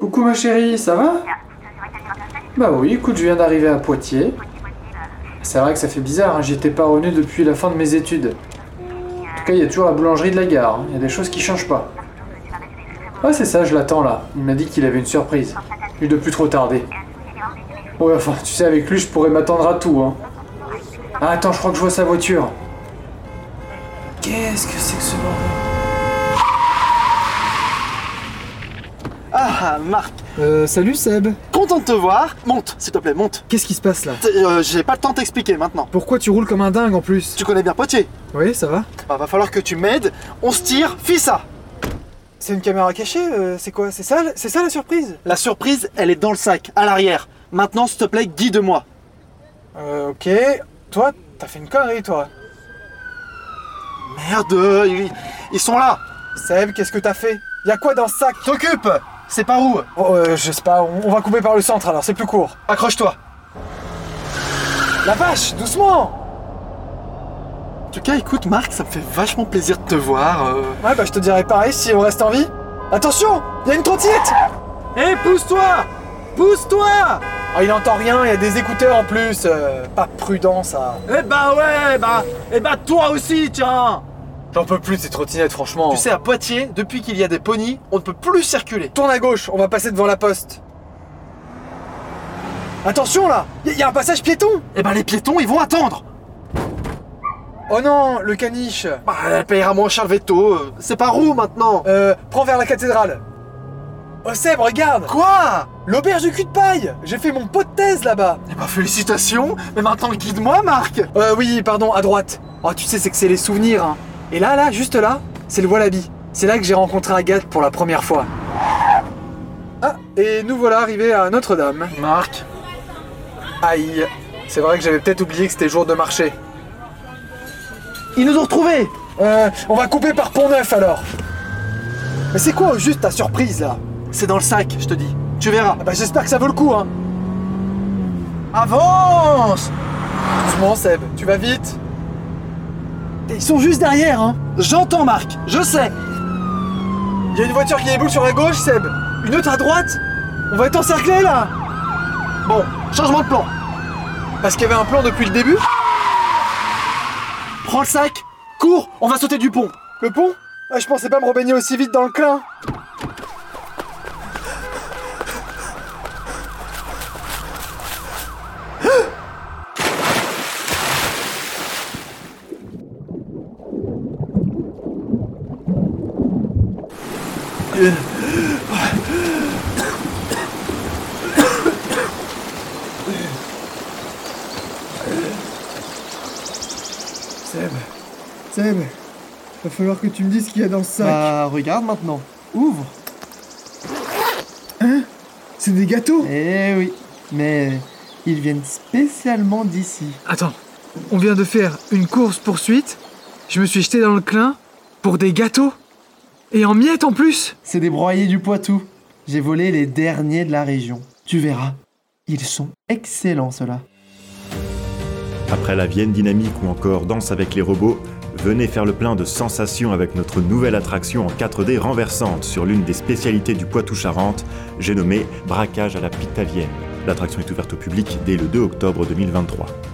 Coucou ma chérie, ça va Bah oui, écoute, je viens d'arriver à Poitiers. C'est vrai que ça fait bizarre, hein, j'y étais pas revenu depuis la fin de mes études. En tout cas, il y a toujours la boulangerie de la gare, hein, il y a des choses qui changent pas. Ouais, c'est ça, je l'attends là. Il m'a dit qu'il avait une surprise. Il ne plus trop tarder. Ouais, enfin, tu sais, avec lui, je pourrais m'attendre à tout, hein. Ah, attends, je crois que je vois sa voiture. Qu'est-ce que c'est que ce bordel Ah, Marc, Euh, salut Seb. content de te voir. Monte, s'il te plaît, monte. Qu'est-ce qui se passe là T'es- euh, J'ai pas le temps de t'expliquer maintenant. Pourquoi tu roules comme un dingue en plus Tu connais bien Potier. Oui, ça va. Bah, va falloir que tu m'aides. On se tire, fais ça. C'est une caméra cachée, euh, c'est quoi C'est ça, c'est ça la surprise La surprise, elle est dans le sac, à l'arrière. Maintenant, s'il te plaît, guide-moi. Euh, ok. Toi, t'as fait une connerie, toi. Merde, euh, ils, ils sont là. Seb, qu'est-ce que t'as fait Y'a quoi dans ce sac T'occupe. C'est par où Oh, euh, je sais pas, on, on va couper par le centre alors, c'est plus court. Accroche-toi. La vache, doucement En tout cas, écoute, Marc, ça me fait vachement plaisir de te voir. euh. Ouais, bah je te dirais pareil si on reste en vie. Attention Y'a une trottinette Eh, pousse-toi Pousse-toi Oh, il entend rien, il y a des écouteurs en plus. euh, pas prudent ça. Eh bah ouais, bah, eh bah toi aussi, tiens J'en peux plus de ces trottinettes, franchement. Tu sais, à Poitiers, depuis qu'il y a des ponies, on ne peut plus circuler. tourne à gauche, on va passer devant la poste. Attention là Y'a y a un passage piéton Eh ben les piétons, ils vont attendre Oh non, le caniche Bah, elle payera moins cher le veto. euh, C'est par où maintenant Euh, prends vers la cathédrale. Oh Seb, regarde Quoi L'auberge du cul de paille J'ai fait mon pot de thèse là-bas Eh ben félicitations Mais maintenant guide-moi, Marc Euh, oui, pardon, à droite. Oh, tu sais, c'est que c'est les souvenirs. hein. Et là, là, juste là, c'est le Wallaby. C'est là que j'ai rencontré Agathe pour la première fois. Ah, et nous voilà arrivés à Notre-Dame. Marc Aïe, c'est vrai que j'avais peut-être oublié que c'était jour de marché. Ils nous ont retrouvés Euh, on va couper par Pont Neuf alors. Mais c'est quoi au juste ta surprise là C'est dans le sac, je te dis. Tu verras. Ah bah j'espère que ça vaut le coup hein. Avance Doucement Seb, tu vas vite. Et Ils sont juste derrière hein. J'entends, Marc Je sais Il y a une voiture qui déboule sur la gauche Seb. Une autre à droite. On va être encerclés là. Bon, changement de plan. Parce qu'il y avait un plan depuis le début. Prends le sac, cours, on va sauter du pont. Le pont ah, Je pensais pas me rebaigner aussi vite dans le clin. Seb, Seb, va falloir que tu me dises ce qu'il y a dans ce sac. Bah, regarde maintenant. Ouvre. C'est des gâteaux Eh oui. Mais ils viennent spécialement d'ici. Attends, on vient de faire une course poursuite. Je me suis jeté dans le clin pour des gâteaux. Et en miettes en plus C'est des broyés du Poitou. J'ai volé les derniers de la région. Tu verras. Ils sont excellents, ceux-là. Après la Vienne dynamique ou encore Danse avec les robots, venez faire le plein de sensations avec notre nouvelle attraction en 4D renversante sur l'une des spécialités du Poitou-Charentes, j'ai nommé Braquage à la Pictavienne. L'attraction est ouverte au public dès le 2 octobre 2023.